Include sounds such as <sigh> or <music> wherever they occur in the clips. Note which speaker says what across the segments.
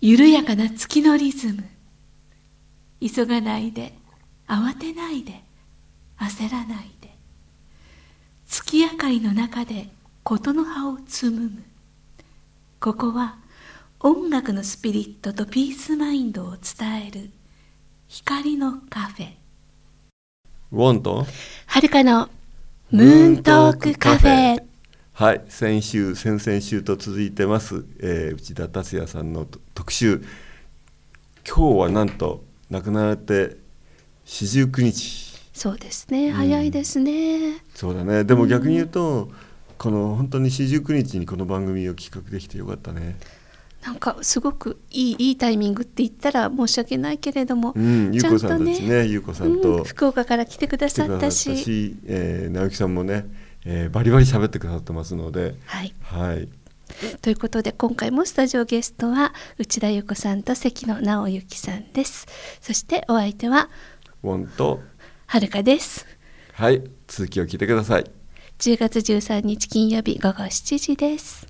Speaker 1: 緩やかな月のリズム急がないで慌てないで焦らないで月明かりの中で事の葉を紡ぐここは音楽のスピリットとピースマインドを伝える光のカフェ
Speaker 2: ウォンと
Speaker 1: はるかのムーントークカフェ
Speaker 2: はい先週先々週と続いてます、えー内田達也さんのと特集今日はなんと亡くなられて四十九日
Speaker 1: そうですね、早いですね
Speaker 2: そうだねでも逆に言うと、この本当に四十九日にこの番組を企画できてよかったね
Speaker 1: なんかすごくいいいいタイミングって言ったら申し訳ないけれども、
Speaker 2: うん優
Speaker 1: ちゃ
Speaker 2: 子
Speaker 1: ん
Speaker 2: さ
Speaker 1: と
Speaker 2: んたちね優子さん
Speaker 1: う
Speaker 2: と
Speaker 1: ん、福岡から来てくだ
Speaker 2: 来て
Speaker 1: さ
Speaker 2: く
Speaker 1: っ
Speaker 2: ださ
Speaker 1: た
Speaker 2: った
Speaker 1: し
Speaker 2: し、えー直樹さんもね、えーバリバリ喋ってくださってますので
Speaker 1: はい、
Speaker 2: はい
Speaker 1: ということで今回もスタジオゲストは内田裕子さんと関野直之さんですそしてお相手は
Speaker 2: ウォンと
Speaker 1: はるかです
Speaker 2: はい続きを聞いてください
Speaker 1: 10月13日金曜日午後7時です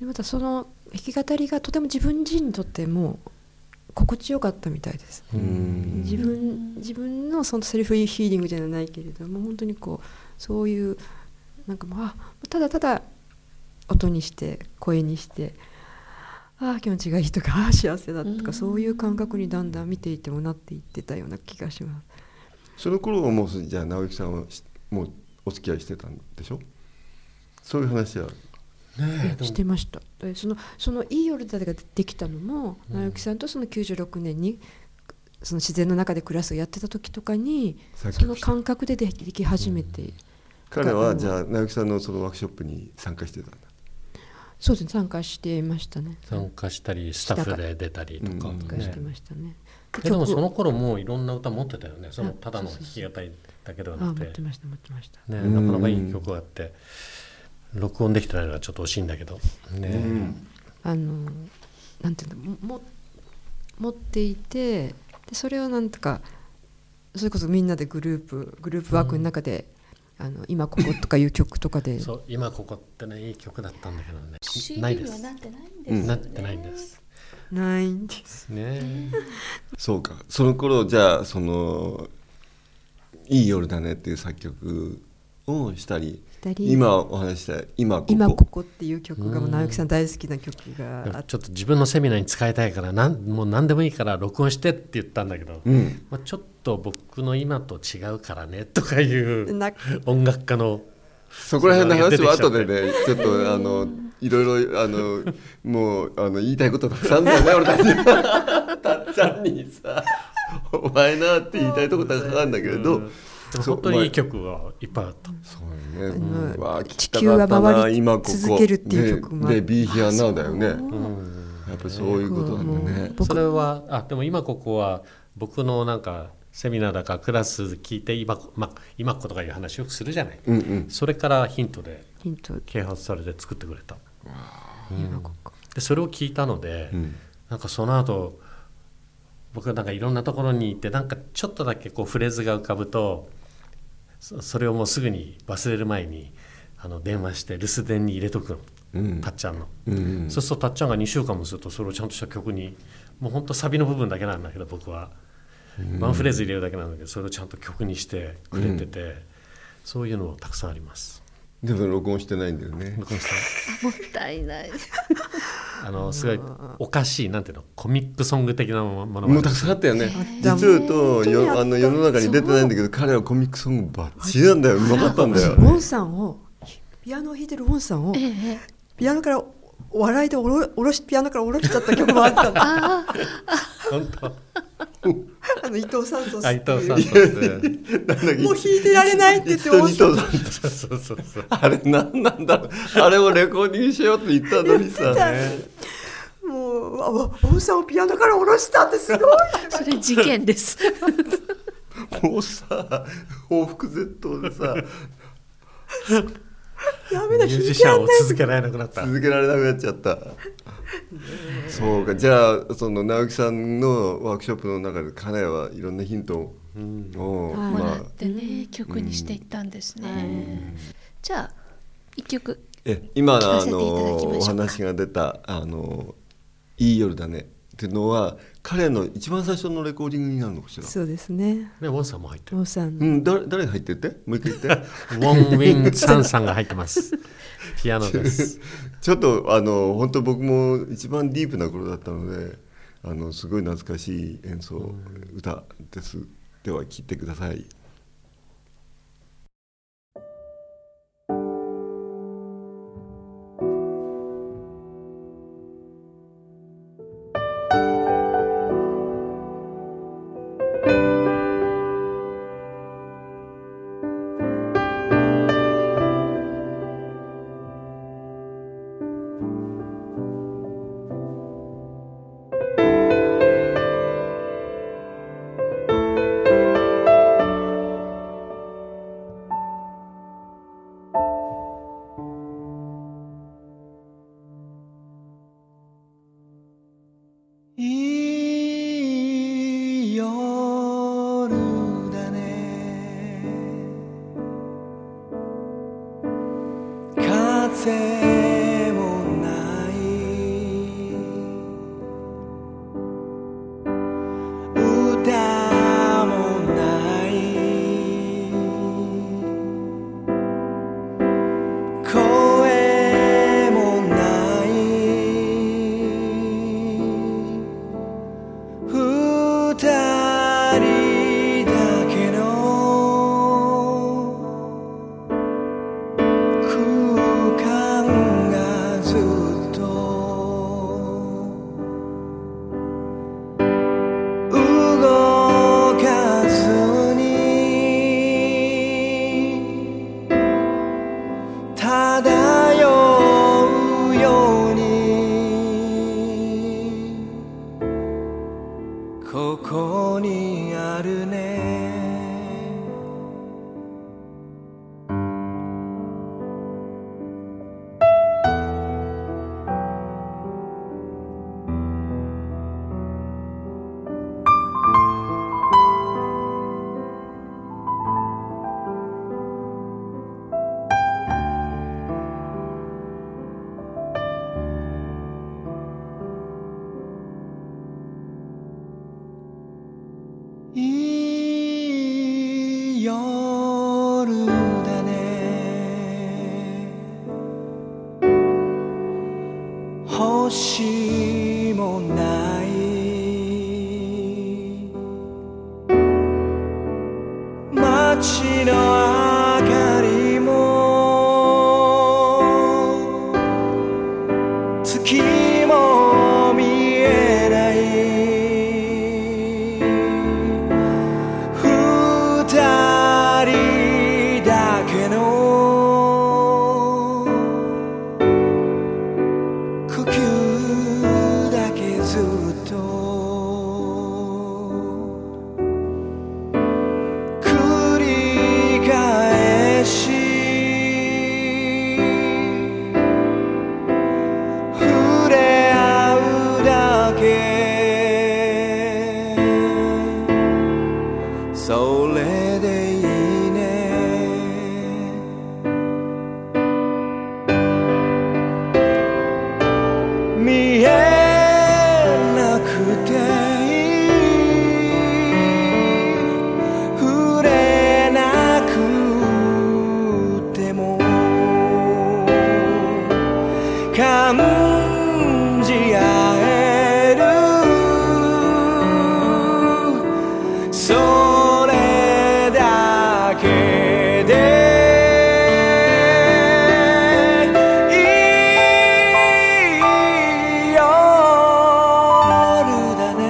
Speaker 3: でまたその弾き語りがとても自分自身にとっても心地よかったみたいです、
Speaker 2: うん
Speaker 3: 自分自分のそのセルフヒーリングじゃないけれども本当にこうそういうなんかもうあただただ音にして声にしてああ気持ちがいいとかああ幸せだと
Speaker 1: う
Speaker 3: か
Speaker 1: ん
Speaker 3: そういう感覚にだんだん見ていてもなっていってたような気がします
Speaker 2: その頃はもうすじゃあ直之さんはしもうお付き合いしてたんでしょそういう話はね
Speaker 3: してましたでそのその「いい夜だ」ができたのも
Speaker 2: うん
Speaker 3: 直樹さんとその96年にその自然の中で暮らすをやってた時とかに
Speaker 2: 作曲した
Speaker 3: その感覚でできでき始めて、
Speaker 2: 彼は
Speaker 3: うん
Speaker 2: じゃあ直之さんのそのワークショップに参加してたんだ
Speaker 3: そうですね参加していましたね
Speaker 4: 参加したりスタッフで出たりとか、
Speaker 2: うん
Speaker 3: 参加してましたね
Speaker 4: えでもそ
Speaker 3: 曲を
Speaker 4: の頃もういろんな歌持ってたよねその
Speaker 3: あ
Speaker 4: ただの弾
Speaker 3: そう
Speaker 4: き
Speaker 3: そ
Speaker 4: 語りだけでは
Speaker 3: あ
Speaker 4: なく
Speaker 3: 持
Speaker 4: て
Speaker 3: ってました持ってました
Speaker 4: ね、
Speaker 2: うん
Speaker 4: なかなかいい曲があって録音できてないのはちょっと惜しいんだけど、ね
Speaker 3: あのなんていうのもも持っていてでそれをなんとかそれこそみんなでグループグループワークの中で「あの今ここ」とかいう曲とかで
Speaker 4: そう今ここってねいい曲だったんだけどねないで
Speaker 1: CD は
Speaker 4: す
Speaker 1: なってないんです、
Speaker 2: う
Speaker 1: ね
Speaker 2: ん
Speaker 4: なってないんです
Speaker 3: ないんです
Speaker 4: ね
Speaker 2: そうかその頃じゃあその「いい夜だね」っていう作曲をしたり
Speaker 3: したり
Speaker 2: 今お話しした今ここ
Speaker 3: 今ここっていう曲が
Speaker 4: うん
Speaker 3: 直樹さん大好きな曲が
Speaker 4: で
Speaker 3: あ
Speaker 4: も
Speaker 3: っ
Speaker 4: ちょっと自分のセミナーに使いたいからなんもう何でもいいから録音してって言ったんだけど、
Speaker 2: うん
Speaker 4: まあ、ちょっと僕の今と違うからねとかいう
Speaker 3: てな
Speaker 4: 音楽家の
Speaker 2: そこら辺の話は後でねちょっとあのいろいろあのもうあの言いたいことたくさんだよね俺たちたっちゃんにさ「お前な」って言いたいとこたくさんあるんだけれど、
Speaker 4: うんでも
Speaker 2: そう
Speaker 4: 本当にいい曲がいっぱいあった。
Speaker 2: そうよね、
Speaker 3: の
Speaker 2: うわ聞き
Speaker 3: 地
Speaker 2: た
Speaker 3: 球
Speaker 2: か
Speaker 3: は
Speaker 2: ったな
Speaker 3: 回り
Speaker 2: 今ここ
Speaker 3: 続けるっていう曲もあ
Speaker 2: で
Speaker 3: る
Speaker 2: で「Be Here Now」だよね
Speaker 4: うん
Speaker 2: やっぱりそういうことなんだね、
Speaker 3: 僕
Speaker 4: それはあでも今ここは僕のなんかセミナーだかクラス聞いて今こ,、まあ、今ことかいう話よくするじゃない、
Speaker 2: うんうん
Speaker 4: それからヒントで
Speaker 3: ヒント
Speaker 4: 啓発されて作ってくれた、うん
Speaker 3: 今ここ
Speaker 4: でそれを聞いたので、
Speaker 2: うん
Speaker 4: なんかその後僕なんかいろんなところに行ってなんかちょっとだけこうフレーズが浮かぶとそそれをもうすぐに忘れる前にあの電話して留守電に入れとくの、
Speaker 2: うん
Speaker 4: たっちゃんの。
Speaker 2: うんうん
Speaker 4: そうするとたっちゃんが2週間もするとそれをちゃんとした曲にもうほんとサビの部分だけなんだけど僕は、ワンフレーズ入れるだけなんだけどそれをちゃんと曲にしてくれてて、そういうのもたくさんあります。
Speaker 2: でも録音してないんだよね
Speaker 4: 向こうさ
Speaker 1: も
Speaker 4: ん
Speaker 1: ったいない
Speaker 4: あのすごいおかしいなんていうのコミックソング的なもの
Speaker 2: も
Speaker 4: も <laughs>
Speaker 2: うたくさんあったよね実
Speaker 3: た
Speaker 2: を言うと
Speaker 3: 本当にあっ
Speaker 2: よ
Speaker 3: た
Speaker 2: あの世の中に出てないんだけど彼はコミックソングばっち <laughs> りなんだようまかったんだよ
Speaker 3: ウォンさんをピアノを弾いてるウォンさんを
Speaker 1: ええ
Speaker 3: ピアノからお笑いでおろおろしピアノから下ろしちゃった曲もあったのあ
Speaker 4: 本当
Speaker 3: の伊藤さんと
Speaker 4: あ伊藤さん
Speaker 2: い
Speaker 4: と
Speaker 2: や
Speaker 4: し
Speaker 2: な
Speaker 4: て
Speaker 2: んだっけ
Speaker 3: もう弾いてられないって言って
Speaker 2: 一人
Speaker 3: ウォン
Speaker 2: 一
Speaker 3: さん
Speaker 2: 人だ
Speaker 4: そうそうそうそう
Speaker 2: あれ何なんだろうあれをレコーディングしようって言ったのにさ
Speaker 3: もうあわウォンさんをピアノから下ろしたってすごい
Speaker 1: それ事件です
Speaker 2: もうさ往復絶倒でさ
Speaker 3: や
Speaker 4: ミ
Speaker 3: め
Speaker 4: ュ
Speaker 3: な弾
Speaker 4: ージ
Speaker 3: い
Speaker 4: シ
Speaker 3: て
Speaker 4: ャ
Speaker 3: ら
Speaker 4: ン
Speaker 3: ん
Speaker 4: を
Speaker 3: ない
Speaker 4: 続けられなくなった
Speaker 2: 続けられなくなっちゃったそうかじゃあその直樹さんのワークショップの中で彼はいろんなヒントを、を
Speaker 3: はい
Speaker 1: も
Speaker 2: ま
Speaker 1: ら
Speaker 2: あ
Speaker 1: ってね曲にしていったんですね、じゃあ一曲
Speaker 2: え今
Speaker 1: 聞か
Speaker 2: あ
Speaker 1: せていただきましょうか
Speaker 2: のお話が出たあのいい夜だね」ってのは彼の一番最初のレコーディングになるのかしら
Speaker 3: そうですね
Speaker 4: でウォンさんも入っ
Speaker 2: <laughs>
Speaker 4: てる
Speaker 3: 王さん
Speaker 2: う
Speaker 3: の
Speaker 2: ん、だ誰が入ってるってもう一回言
Speaker 1: <laughs>
Speaker 2: って
Speaker 4: ウォン・ウィン・サンさんが入ってますピアノです
Speaker 2: ちょっとあの本当僕も一番ディープな頃だったのであのすごい懐かしい演奏、歌ですでは聴いてください
Speaker 5: いい夜だね風もない歌もない声もない二人だけの空間がずっと動かずに漂うようにここにあるねいい夜だね星もない街の明かりも月も見えない二人だけの呼吸だけずっと繰り返し触れ合うだけそれでいいね見えなくていい触れなくても感じ合えるそれだけでいい夜だね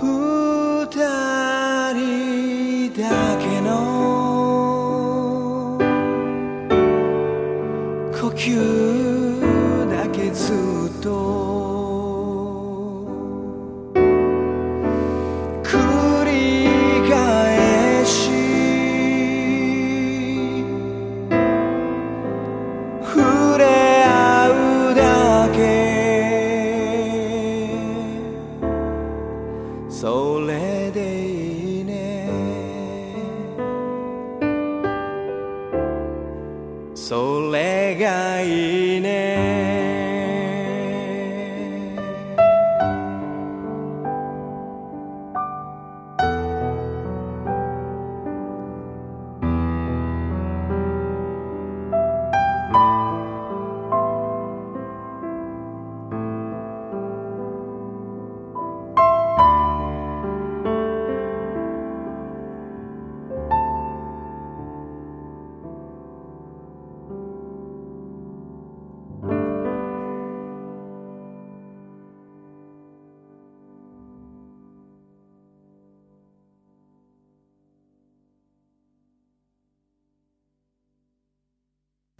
Speaker 5: 二人だけの呼吸だけずっと繰り返しそれがいいね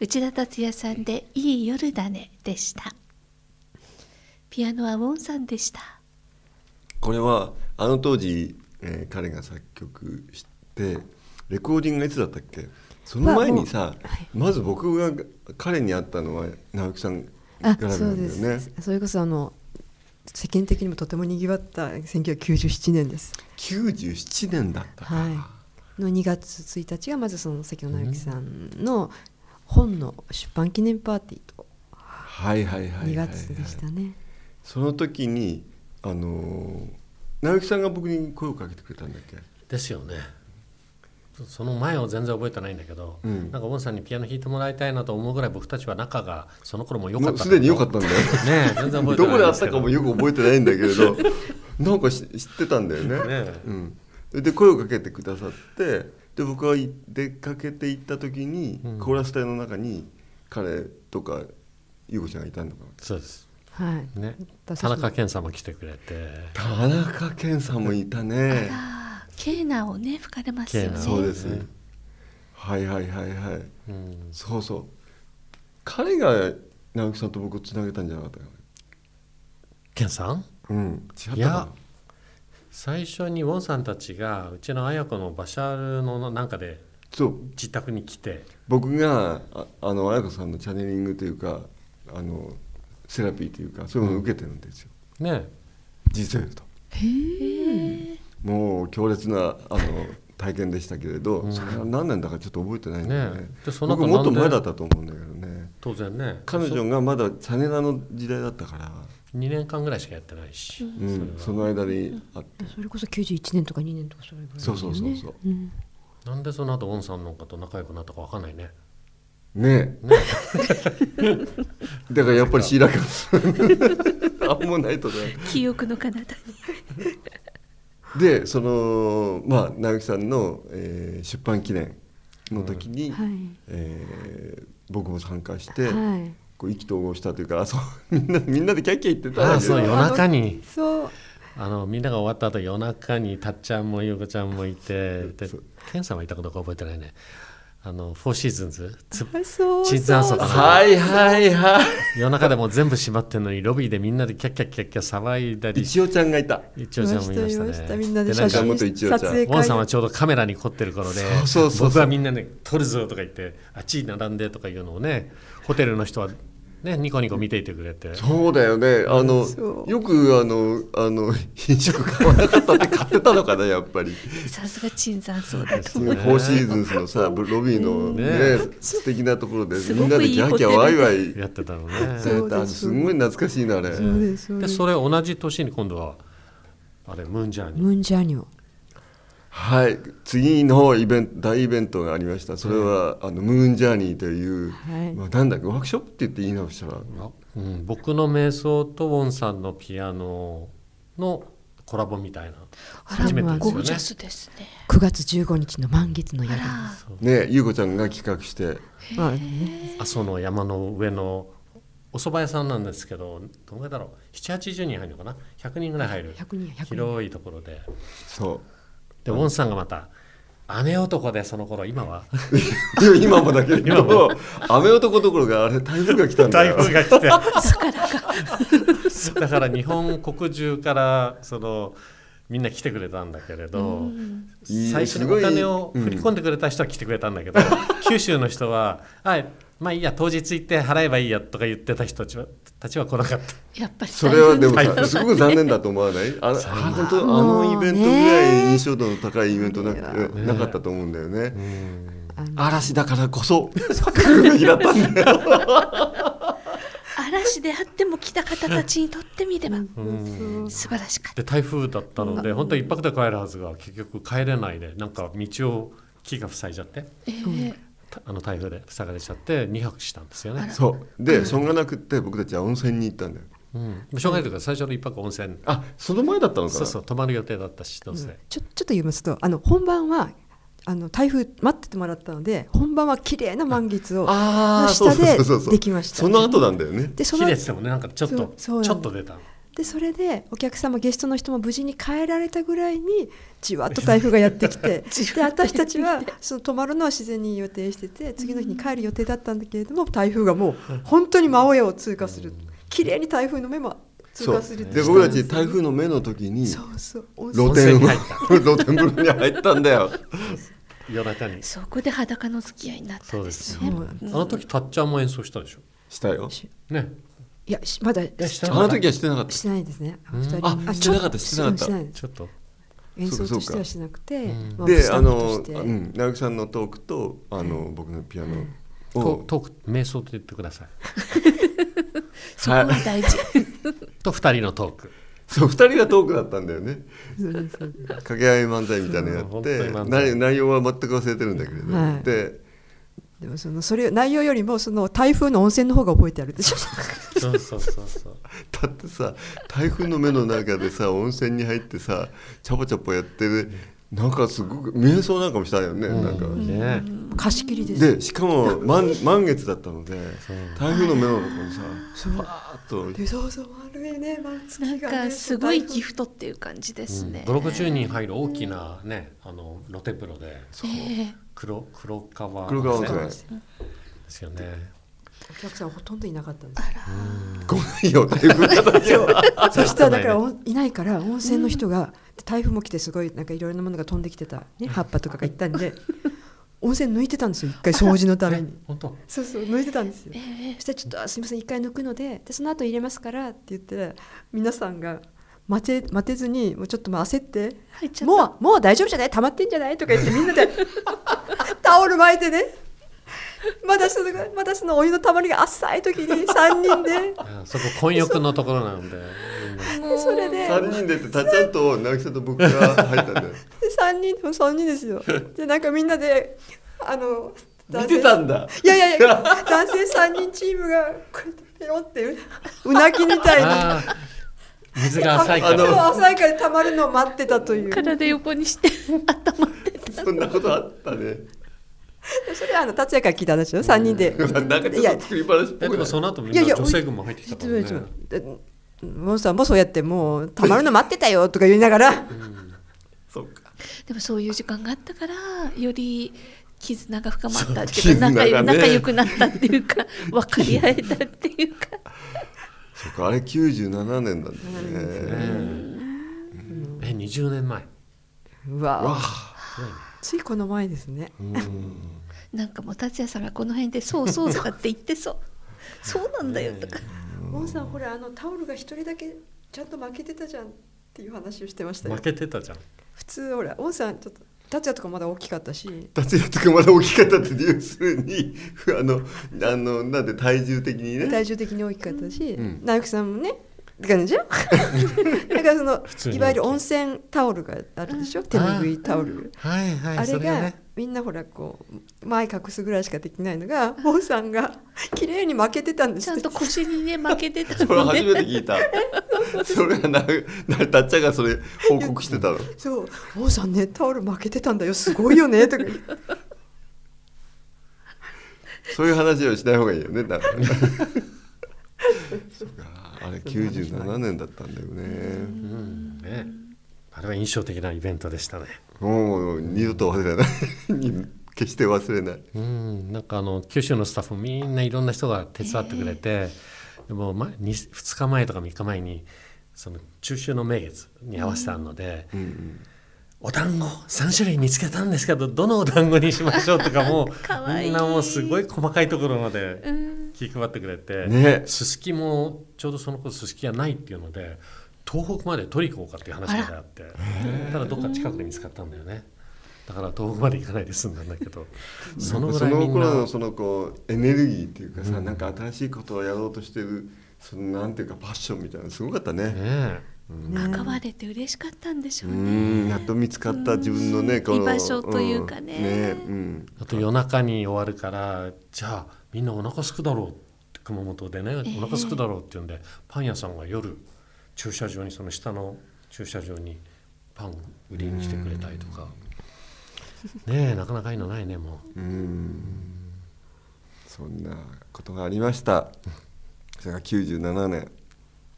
Speaker 1: 内田達也さんで「いい夜だね」でしたピアノはウォンさんでした
Speaker 2: これはあの当時、えー彼が作曲してレコーディングがいつだったっけその前にさ、
Speaker 3: まあもうはい
Speaker 2: まず僕が彼に会ったのは直樹さんからな
Speaker 3: あ
Speaker 2: んだよ
Speaker 3: そうで
Speaker 2: ね
Speaker 3: すそれこそあの世間的にもとてもにぎわった1997年です、
Speaker 2: 97年だったか、
Speaker 3: はい、の2月1日がまずその関野直樹さんの本の出版記念パーティーと
Speaker 2: はい、はいはいはいはい
Speaker 3: 2月でしたね
Speaker 2: その時にあのー直樹さんが僕に声をかけてくれたんだっけ
Speaker 4: ですよねその前を全然覚えてないんだけど、
Speaker 2: うん
Speaker 4: なんかボンさんにピアノ弾いてもらいたいなと思うぐらい僕たちは仲がその頃も良か
Speaker 2: も
Speaker 4: っ
Speaker 2: う
Speaker 4: た
Speaker 2: すでに良かったたんだよ
Speaker 4: ねえ全然覚えてないんすけ
Speaker 2: どこで会ったかもよく覚えてないんだけれどなんかし知ってたんだよね
Speaker 4: え
Speaker 2: うん、それで声をかけてくださってで僕がい出かけて行った時に、
Speaker 4: うん
Speaker 2: コーラス隊の中に彼とか優子ちゃんがいたのかな
Speaker 4: そうです
Speaker 3: はい
Speaker 4: ね
Speaker 3: 私
Speaker 4: 田
Speaker 3: たちの
Speaker 4: 中健さんも来てくれて
Speaker 2: 田中健さんもいたね
Speaker 1: あらケーナをね吹かれますよ
Speaker 4: ケー
Speaker 1: ね
Speaker 4: ナ
Speaker 2: そうです、
Speaker 4: ね
Speaker 2: はいはいはいはい
Speaker 4: うん
Speaker 2: そうそう彼が直樹さんと僕をつなげたんじゃなかったか
Speaker 4: 健さん
Speaker 2: なうん違
Speaker 4: い
Speaker 2: ったか
Speaker 4: や最初にウォンさんたちがうちの綾子のバシャールのなんかで
Speaker 2: なそう
Speaker 4: 自宅に来て
Speaker 2: 僕がああの彩香さんのチャネリングというかあのセラピーというかそういうのを受けてるんですよ、
Speaker 4: ね
Speaker 2: 実際言うと
Speaker 1: へえ
Speaker 2: もう強烈なあの体験でしたけれど、それは何年だかちょっと覚えてないんだよね
Speaker 4: ねえでその後
Speaker 2: 僕もっと
Speaker 4: なんで
Speaker 2: 前だったと思うんだけどね
Speaker 4: 当然ね
Speaker 2: 彼女がまだチャネラの時代だったから、
Speaker 4: 2年間ぐらいしかやってないし、
Speaker 2: うん、その間にあって、
Speaker 3: それこそ91年とか2年とかそれぐらいだ
Speaker 2: そ
Speaker 3: よ
Speaker 2: う
Speaker 3: ね
Speaker 2: そうそうそう
Speaker 3: うん
Speaker 4: なんでその後ウォンさんの方と仲良くなったかわかんないね
Speaker 2: ねえだからやっぱりシーラカンス <laughs> あんもないとね
Speaker 1: 記憶の彼方に
Speaker 2: でそのまあ直樹さんの、えー出版記念の時に、
Speaker 3: はい
Speaker 2: えー僕も参加して、
Speaker 3: はい
Speaker 2: こう意気投合したというかあそう <laughs> みんなみんなでキャッキャ言ってたん
Speaker 4: あ
Speaker 2: だ
Speaker 4: あ
Speaker 2: け
Speaker 4: そ
Speaker 2: ど
Speaker 4: う夜中に
Speaker 3: そう
Speaker 4: あのみんなが終わった後夜中にたっちゃんもゆうこちゃんもいてで
Speaker 2: そう
Speaker 4: ケンさんはいたかどうか覚えてないねあの「フォーシーズンズ」つ
Speaker 3: あそう
Speaker 4: チーズアンソ
Speaker 3: そ
Speaker 4: ー
Speaker 3: う
Speaker 4: とか
Speaker 2: はいはいはい
Speaker 4: 夜中でもう全部閉まってんのにロビーでみんなでキャッキャッキャッキャ騒いだり
Speaker 2: 一応ちゃんがいた
Speaker 4: 一応ちゃんもいました
Speaker 3: いましたみん
Speaker 4: ね
Speaker 3: なで
Speaker 4: なん
Speaker 3: 写
Speaker 4: か
Speaker 2: なん
Speaker 3: 真
Speaker 2: か元一応ちゃん
Speaker 3: 撮影
Speaker 4: ウォンさんは
Speaker 3: 会
Speaker 4: ちょうどカメラに凝ってる頃で
Speaker 2: そうそうそうそう
Speaker 4: 僕はみんなで撮るぞとか言ってあっちに並んでとかいうのをねホテルの人はねニコニコ見ていてくれて
Speaker 2: そうだよねあの
Speaker 3: そう
Speaker 2: よくあのあの <laughs> 飲食買わなかったって買ってたのかなやっぱり
Speaker 1: さすが椿山荘だと
Speaker 2: フォーシーズンズのさブロビーのね素敵なところですみ
Speaker 1: ご
Speaker 2: ん
Speaker 1: く
Speaker 2: なで
Speaker 1: いい
Speaker 2: キャ
Speaker 1: ホ
Speaker 2: ッ
Speaker 1: テ
Speaker 2: キ
Speaker 1: ル
Speaker 2: ャ
Speaker 1: で
Speaker 2: ワイワイ
Speaker 4: やってたのね
Speaker 2: され
Speaker 3: そう
Speaker 2: た
Speaker 3: です
Speaker 2: すごい懐かしいなあれ
Speaker 3: そうですそう
Speaker 4: で
Speaker 3: です
Speaker 4: それ同じ年に今度はあれムーンジャーニー
Speaker 3: ムンジャニョ
Speaker 2: はい次のイベント大イベントがありましたそれは、あのムーンジャーニーという、
Speaker 3: はい
Speaker 2: まあ、なんだっけワークショップって言って言い直したら
Speaker 4: あうん、僕の瞑想とウォンさんのピアノのコラボみたいな
Speaker 3: あ
Speaker 4: 初めて
Speaker 3: まあ
Speaker 4: です
Speaker 1: ゴー
Speaker 4: よ
Speaker 1: ジ
Speaker 4: ね
Speaker 1: ャスですね
Speaker 3: 9月15日の満月の夜
Speaker 1: あ
Speaker 3: です
Speaker 1: ら
Speaker 2: ね優子ちゃんが企画して
Speaker 3: まあね
Speaker 4: 阿蘇の山の上のお蕎麦屋さんなんですけどどんぐらいだろう780人入るのかな100人ぐらい入る
Speaker 3: 100人100人
Speaker 4: 広いところで
Speaker 2: そ
Speaker 4: でウォンさんがまた雨男でその頃今は
Speaker 2: う <laughs> 今もだけれ
Speaker 4: 今
Speaker 2: ど
Speaker 4: も
Speaker 2: 雨男どころがあれ台風が来たんだ
Speaker 4: 台
Speaker 2: よ
Speaker 4: 風が来て <laughs> だから日本国中からそのみんな来てくれたんだけれど、
Speaker 2: いい
Speaker 4: 最初に
Speaker 2: すご
Speaker 4: お
Speaker 2: い
Speaker 4: 金を振り込んでくれた人は来てくれたんだけど、九州の人は「はいまあいいや当日行って払えばいいや」とか言ってた人たちはたちは来なかった
Speaker 1: やっぱり
Speaker 2: それはでも
Speaker 1: 大
Speaker 2: さ
Speaker 1: 変だ
Speaker 2: すごく残念だと思わないああ本当あのイベントぐらい印象度の高いイベントな,、なかったと思うんだよね。
Speaker 3: あの
Speaker 2: 嵐だからこそ空気だったんだよ
Speaker 1: 嵐であっても来た方たちにとってみれば
Speaker 4: うん
Speaker 1: 素晴らしかった
Speaker 4: で台風だったので本当は一泊で帰るはずが結局帰れないでなんか道を木が塞いじゃって
Speaker 1: ええ
Speaker 4: たあの台風で塞がれちゃって2泊したんですよね。
Speaker 2: <laughs> そうでしょうがなくって僕たちは温泉に行ったんだよ
Speaker 4: うん、しょうがないというか最初の一泊温泉
Speaker 2: あその前だったのかな
Speaker 4: そうそう泊まる予定だったしどうせ、
Speaker 3: ちょちょっと言いますとあの本番はあの台風待っててもらったので本番は綺麗な満月を
Speaker 2: あ
Speaker 3: の
Speaker 2: あそう
Speaker 3: 下
Speaker 2: そう
Speaker 3: で
Speaker 2: そうそうそう
Speaker 3: できました
Speaker 2: その後なんだよね
Speaker 3: でそ
Speaker 4: 綺
Speaker 3: の
Speaker 4: 麗っつってもねなんかちょっとち
Speaker 3: そうそうな
Speaker 4: ょ
Speaker 3: んだ
Speaker 4: っと出た
Speaker 3: でそれでお客様ゲストの人も無事に帰られたぐらいにじわっと台風がやってき <laughs> てで私たちはその泊まるのは自然に予定してて次の日に帰る予定だったんだけれども台風がもう本当に真上を通過する綺麗に台風の目も通
Speaker 2: そう
Speaker 3: 過する
Speaker 2: で僕たち台風の目の時に
Speaker 3: そうそう温
Speaker 2: 露
Speaker 3: 泉
Speaker 2: 天
Speaker 4: 温泉に
Speaker 2: 風
Speaker 4: 入
Speaker 2: 呂 <laughs> 露天風呂に入ったんだよ
Speaker 4: 夜中に
Speaker 1: そこで裸の付き合いになったんですね
Speaker 3: そうなん
Speaker 4: あの時たっちゃんも演奏したでしょ
Speaker 2: したよ
Speaker 4: ね
Speaker 3: いやしまだ
Speaker 4: えして
Speaker 2: あ
Speaker 4: なか
Speaker 2: の
Speaker 4: った
Speaker 2: 時はしてなかった
Speaker 3: してないですねお二人
Speaker 2: あしてなかった
Speaker 3: ちょ
Speaker 2: してなかった
Speaker 3: うんい
Speaker 4: ちょっと
Speaker 3: 演
Speaker 2: そうか
Speaker 3: 奏
Speaker 2: そうか
Speaker 3: としてはしなくて
Speaker 4: ん
Speaker 3: ま
Speaker 2: で
Speaker 3: スタ
Speaker 2: あ
Speaker 3: ッフと
Speaker 2: の、
Speaker 3: して
Speaker 2: うん、直樹さんのトークとあの、僕のピアノ
Speaker 4: ト
Speaker 2: を
Speaker 4: トーク瞑想と言ってください
Speaker 1: そこは大事
Speaker 4: と2人のトーク
Speaker 2: そう二人がトークだったんだよね
Speaker 3: そうですそうです
Speaker 2: 掛け合い漫才みたいなのや
Speaker 4: そう
Speaker 2: っ
Speaker 4: 本当に
Speaker 2: て
Speaker 4: 漫才
Speaker 2: 内内容は全く忘れてるんだけれど、
Speaker 3: はい
Speaker 2: で
Speaker 3: でもそのそれ内容よりもその台風の温泉の方が覚えてある
Speaker 2: <laughs>
Speaker 3: でしょ
Speaker 4: そうそうそうそう
Speaker 2: だってさ台風の目の中でさ温泉に入ってさチャポチャポやってるなんかすごく瞑想なんかもしたよね、 <laughs> なんか。
Speaker 4: ね
Speaker 3: 貸し切りです
Speaker 2: でしかも満満月だったので台風の目の中にさ
Speaker 3: そう
Speaker 2: パーッと
Speaker 3: でそうそう丸いね満月
Speaker 1: なん
Speaker 3: が
Speaker 1: か
Speaker 3: ね
Speaker 1: すごいギフトっていう感じですね、
Speaker 4: 5 6 0人入る大きなねあの露天風呂で
Speaker 2: そう
Speaker 1: え
Speaker 4: 黒黒川
Speaker 2: 黒川温
Speaker 3: そう
Speaker 2: 泉
Speaker 3: なん
Speaker 4: で
Speaker 3: ですよ
Speaker 4: すよね
Speaker 3: お客さんほとんどいなかったんで
Speaker 2: ごめんよ台風の形
Speaker 3: すそしたらだからおいないから温泉の人がで台風も来てすごいなんかいろいろなものが飛んできてた、ね、葉っぱとかがいったんで <laughs> 温泉抜いてたんですよ
Speaker 2: <laughs>
Speaker 3: 一回掃除のために
Speaker 4: 本当
Speaker 3: そうそう抜いてたんですよ
Speaker 1: ええ
Speaker 3: そしたらちょっとあ「すみません一回抜くのででその後入れますから」って言って皆さんが待て待てずにもうちょっとまあ焦って
Speaker 1: 入っちゃった
Speaker 3: もうもう大丈夫じゃない溜まってんじゃないとか言ってみん
Speaker 1: <laughs>
Speaker 3: なでタオル巻いてねまだそのまだそのお湯の溜まりが浅い時に3人で
Speaker 4: あそこ混浴のところなんで
Speaker 1: もう
Speaker 3: それで
Speaker 2: 3人でってたっちゃんと直樹さんと僕が入ったんだよ
Speaker 3: で3人でも3人ですよでなんかみんなであの
Speaker 2: 見てたんだ
Speaker 3: いやいやいや男性3人チームがこうやってペロってううなぎみたいな。
Speaker 4: あー水が浅いか
Speaker 3: あの
Speaker 4: ら
Speaker 3: 浅いからたまるのを待ってたという。
Speaker 1: 体横にして <laughs> 頭って
Speaker 2: <laughs> そんなことあったね
Speaker 3: それはあの達也から聞いた話でしょ。三人で。
Speaker 2: なんか
Speaker 3: い
Speaker 2: ちょ
Speaker 3: や
Speaker 2: っと作り話っぽ
Speaker 4: え
Speaker 2: く
Speaker 4: で
Speaker 2: な
Speaker 4: も
Speaker 2: い
Speaker 4: その後みん
Speaker 3: いや
Speaker 4: ない
Speaker 3: や
Speaker 4: 女性群も入ってきたからね
Speaker 3: ちょっとちょっとえモンさんもそうやってもうたまるの待ってたよとか言いながら。
Speaker 2: そうか
Speaker 1: でもそういう時間があったからより絆が深まったって
Speaker 2: そう
Speaker 1: いうか仲良
Speaker 2: 絆がね
Speaker 1: 仲良くなったっていうか <laughs> 分かり合えたっていうか
Speaker 2: そうかあれ97年なんだね
Speaker 4: え20年前
Speaker 3: うわ。
Speaker 2: わ
Speaker 3: ついこの前ですね。
Speaker 1: なんかもう達也さんがこの辺で「そうそう」とかって言って
Speaker 2: <laughs>
Speaker 1: そう「そうなんだよ」とか
Speaker 3: モンさんほらあのタオルが一人だけちゃんと負けてたじゃんっていう話をしてましたよ
Speaker 4: 負。けてたじゃん
Speaker 3: 普通ほらモンさんちょっと達也とかまだ大きかったし。
Speaker 2: 達也とかまだ大きかったって要するにあのあのなんで体重的にね
Speaker 3: 体重的に大きかったし、
Speaker 2: うん
Speaker 3: 直樹さんもねって感じ
Speaker 4: <laughs>
Speaker 3: じゃんだからその
Speaker 4: 通に大きい
Speaker 3: いわゆる温泉タオルがあるでしょ手拭いタオル
Speaker 4: はいは
Speaker 3: あ
Speaker 4: い
Speaker 3: れ
Speaker 4: そ
Speaker 3: が
Speaker 4: ね
Speaker 3: みんなほらこう前隠すぐらいしかできないの
Speaker 4: <laughs>
Speaker 3: が坊さんが綺麗に負けてたんで
Speaker 1: ち
Speaker 3: す
Speaker 1: ゃん
Speaker 3: って
Speaker 1: と腰にね負けてた
Speaker 2: それ
Speaker 1: の
Speaker 2: 初
Speaker 1: ね
Speaker 2: めて聞いたそれはなな達也がそれ報告してたの
Speaker 3: そう「坊さんねタオル負けてたんだよすごいよね」とか言って
Speaker 2: そういう話をしない方がいいよねだ <laughs> からそうかあれ97年だったんだよ
Speaker 4: う
Speaker 2: ね
Speaker 4: んねあれは印象的なイベントでしたね
Speaker 2: もう二度と忘れない決して忘れない
Speaker 4: うんなんかあの九州のスタッフみんないろんな人が手伝ってくれて、でも、ま、2, 日前とか3日前にその中秋の名月に合わせてあるので、
Speaker 2: うんうん
Speaker 4: お団子3種類見つけたんですけどどのお団子にしましょうとかも
Speaker 1: かわいい
Speaker 4: みんなもうすごい細かいところまで
Speaker 1: うん
Speaker 4: 気配ってくれて、
Speaker 2: ね
Speaker 4: すすきもちょうどその頃すすきがないっていうので東北まで取り行こうかっていう話まであってただどっか近くで見つかったんだよね。だから東北まで行かないで済んだんだけどそ
Speaker 2: そ
Speaker 4: の
Speaker 2: の
Speaker 4: ぐらいみん
Speaker 2: 頃
Speaker 4: な
Speaker 2: のそのこうエネルギーっていうかさ、なんか新しいことをやろうとしてるそのなんていうかパッションみたいなのすごかったね。
Speaker 4: ねうん
Speaker 3: ね
Speaker 1: 関われて嬉しかったんでしょ
Speaker 2: う
Speaker 1: うね
Speaker 2: んやっと見つかった自分のね
Speaker 1: うん
Speaker 2: この
Speaker 1: 居場所というかね
Speaker 2: んねうん
Speaker 4: あと夜中に終わるからじゃあみんなお腹空くだろうって熊本でね
Speaker 1: ええ
Speaker 4: お腹空くだろうって言うんで、パン屋さんが夜駐車場にその下の駐車場にパン売りに来てくれたりとかねえなかなかいいのないねも
Speaker 2: うんそんなことがありましたそれが97年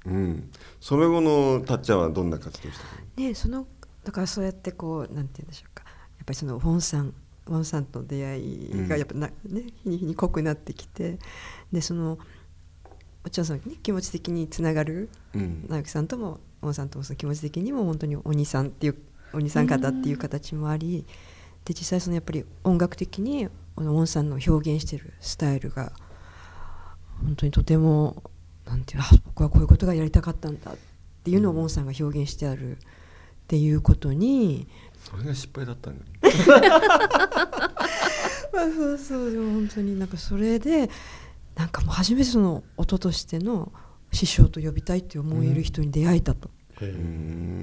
Speaker 2: うんその後のたっちゃんはどんな活動したの
Speaker 3: ねそのだからそうやってこうなんて言うんでしょうかやっぱりそのウォンさんウォンさんとの出会いがやっぱな、ね、日に日に濃くなってきてでそのお茶さんね気持ち的につながる
Speaker 2: うん
Speaker 3: 直樹さんともウォンさんともその気持ち的にも本当にお兄さんっていうお兄さん方っていう形もありで実際そのやっぱり音楽的にこのウォンさんの表現してるスタイルが本当にとてもなんていうあ僕はこういうことがやりたかったんだっていうのをウォンさんが表現してあるっていうことに、
Speaker 2: それが失敗だったんだよ
Speaker 3: まあ、そうそうでも本当になんかそれでなんかもう初めてその音としての師匠と呼びたいって思える人に出会えたと、
Speaker 4: う、ええ
Speaker 2: う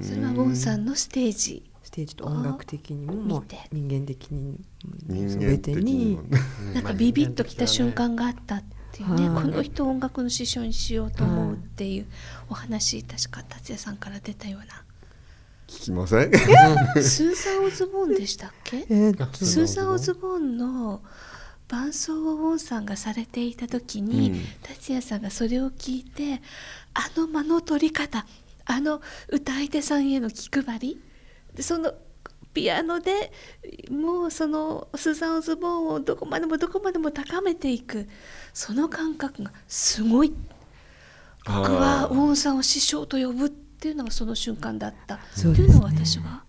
Speaker 2: ん
Speaker 1: それはウォンさんのステージ
Speaker 3: ステージと音楽的にも
Speaker 1: あ
Speaker 3: もう
Speaker 1: 見て
Speaker 3: 人間的に
Speaker 2: 人
Speaker 3: す
Speaker 2: 間
Speaker 3: べ
Speaker 2: 的
Speaker 3: て
Speaker 2: に
Speaker 3: に
Speaker 2: もね
Speaker 4: うん
Speaker 1: なん
Speaker 4: ま
Speaker 1: か
Speaker 4: あ
Speaker 1: ビビッときた
Speaker 4: 人
Speaker 1: 瞬
Speaker 4: 間的だ
Speaker 1: 間
Speaker 4: ね
Speaker 1: があったっていうね、
Speaker 3: はい
Speaker 1: この人を音楽の師匠にしようと思うっ
Speaker 3: はい
Speaker 1: ていうお話確か達也さんから出たよう
Speaker 2: 聞きません
Speaker 1: なスーザン・オズボーンでしたっけ
Speaker 3: えーっ
Speaker 4: あ
Speaker 3: と
Speaker 1: スーザン・オズボーンの伴奏をウォンさんがされていた時に、
Speaker 2: うん
Speaker 1: 達也さんがそれを聞いてあの間の取り方あの歌い手さんへの気配りでそのピアノでもうそのスーザン・オズボーンをどこまでもどこまでも高めていくその感覚がすごい僕は
Speaker 2: あ
Speaker 1: ウ
Speaker 2: ー
Speaker 1: ォンさんを師匠と呼ぶっていうのがその瞬間だったって
Speaker 3: そう
Speaker 1: い
Speaker 3: ですね
Speaker 1: うのを私は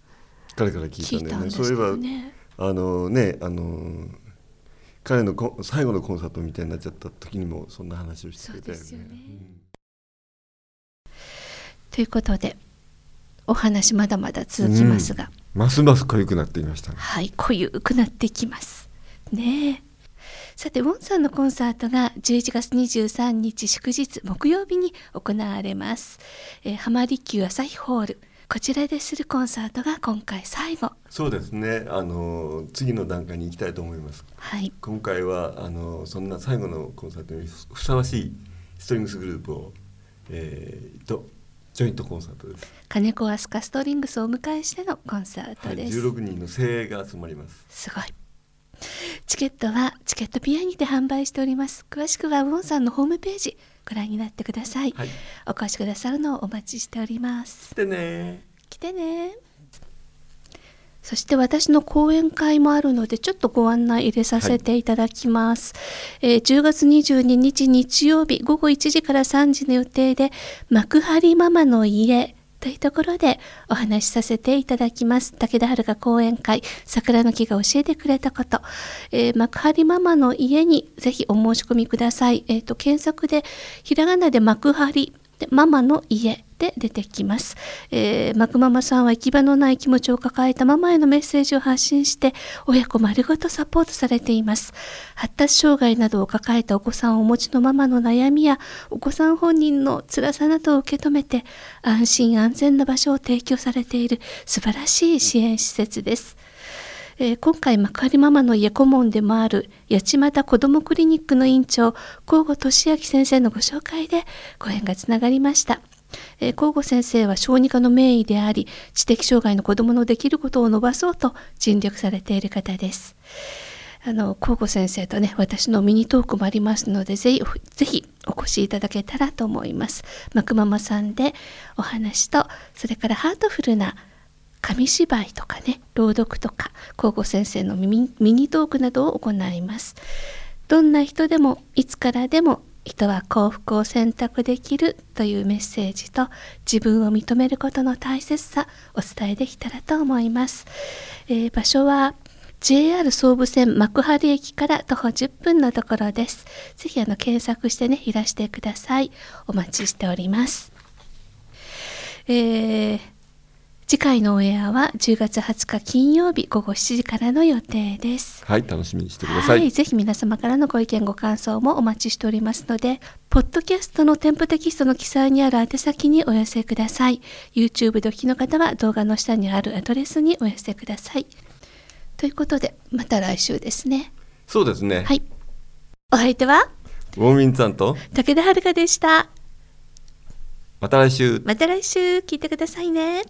Speaker 2: 彼から聞
Speaker 1: 聞
Speaker 2: い
Speaker 1: い
Speaker 2: た
Speaker 1: た
Speaker 2: んだよ
Speaker 1: ん
Speaker 2: ね
Speaker 1: です
Speaker 2: そうい
Speaker 1: け
Speaker 2: えば
Speaker 1: どね。
Speaker 2: あのねあの彼のコン最後のコンサートみたいになっちゃった時にもそんな話をしてくれたよね
Speaker 1: そうですよねということでお話まだまだ続きますが、
Speaker 2: うんますます濃ゆくなっていましたね
Speaker 1: はい濃ゆくなってきますねえさてウォンさんのコンサートが11月23日祝日木曜日に行われます、えー、浜離宮朝日ホールこちらでするコンサートが今回最後
Speaker 2: そうですねあの次の段階に行きたいと思います
Speaker 1: はい
Speaker 2: 今回はあのそんな最後のコンサートにふさわしいストリングスグループを、えー、とジョイントコンサートです、
Speaker 1: 金子飛鳥ストリングスをお迎えしてのコンサー
Speaker 2: は
Speaker 1: ト
Speaker 2: い、
Speaker 1: です、
Speaker 2: 16人の精鋭が集まります
Speaker 1: すごい。チケットはチケットピアにて販売しております。詳しくはウォンさんのホームページご覧になってください。
Speaker 2: はい
Speaker 1: お越しくださるのをお待ちしております。
Speaker 2: でね
Speaker 1: 来てね。そして私の講演会もあるのでちょっとご案内入れさせていただきます、えー10月22日日曜日午後1時から3時の予定で幕張ママの家というところでお話しさせていただきます武田遥講演会桜の木が教えてくれたこと、えー幕張ママの家にぜひお申し込みください、えー、と検索でひらがなで幕張でママの家で出てきます、えーマクママさんは行き場のない気持ちを抱えたママへのメッセージを発信して親子丸ごとサポートされています発達障害などを抱えたお子さんをお持ちのママの悩みやお子さん本人の辛さなどを受け止めて安心安全な場所を提供されている素晴らしい支援施設ですえー今回幕張ママの家顧問でもある八街子どもクリニックの院長甲吾俊明先生のご紹介でご縁がつながりました。えー、甲吾先生は小児科の名医であり知的障害の子どものできることを伸ばそうと尽力されている方です。あの甲吾先生とね私のミニトークもありますのでぜひぜひお越しいただけたらと思います。マクママさんでお話とそれからハートフルな紙芝居とかね朗読とか甲吾先生のミニミニトークなどを行いますどんな人でもいつからでも人は幸福を選択できるというメッセージと自分を認めることの大切さお伝えできたらと思います、えー場所は JR 総武線幕張駅から徒歩10分のところですぜひあの検索してねいらしてくださいお待ちしておりますえー次回のオンエアは10月20日金曜日午後7時からの予定です。
Speaker 2: はい、楽しみにしてください。
Speaker 1: はい、ぜひ皆様からのご意見ご感想もお待ちしておりますので、ポッドキャストの添付テキストの記載にある宛先にお寄せください。YouTube でお聞きの方は動画の下にあるアドレスにお寄せください。ということで、また来週ですね。
Speaker 2: そうですね。
Speaker 1: はい。お相手は
Speaker 2: ウォーミンさんと
Speaker 1: 武田遥でした。
Speaker 2: また来週。
Speaker 1: また来週聞いてくださいね。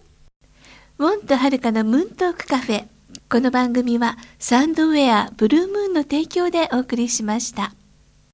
Speaker 1: ウォンとハルカのムーントークカフェ。この番組はサンドウェアブルームーンの提供でお送りしました。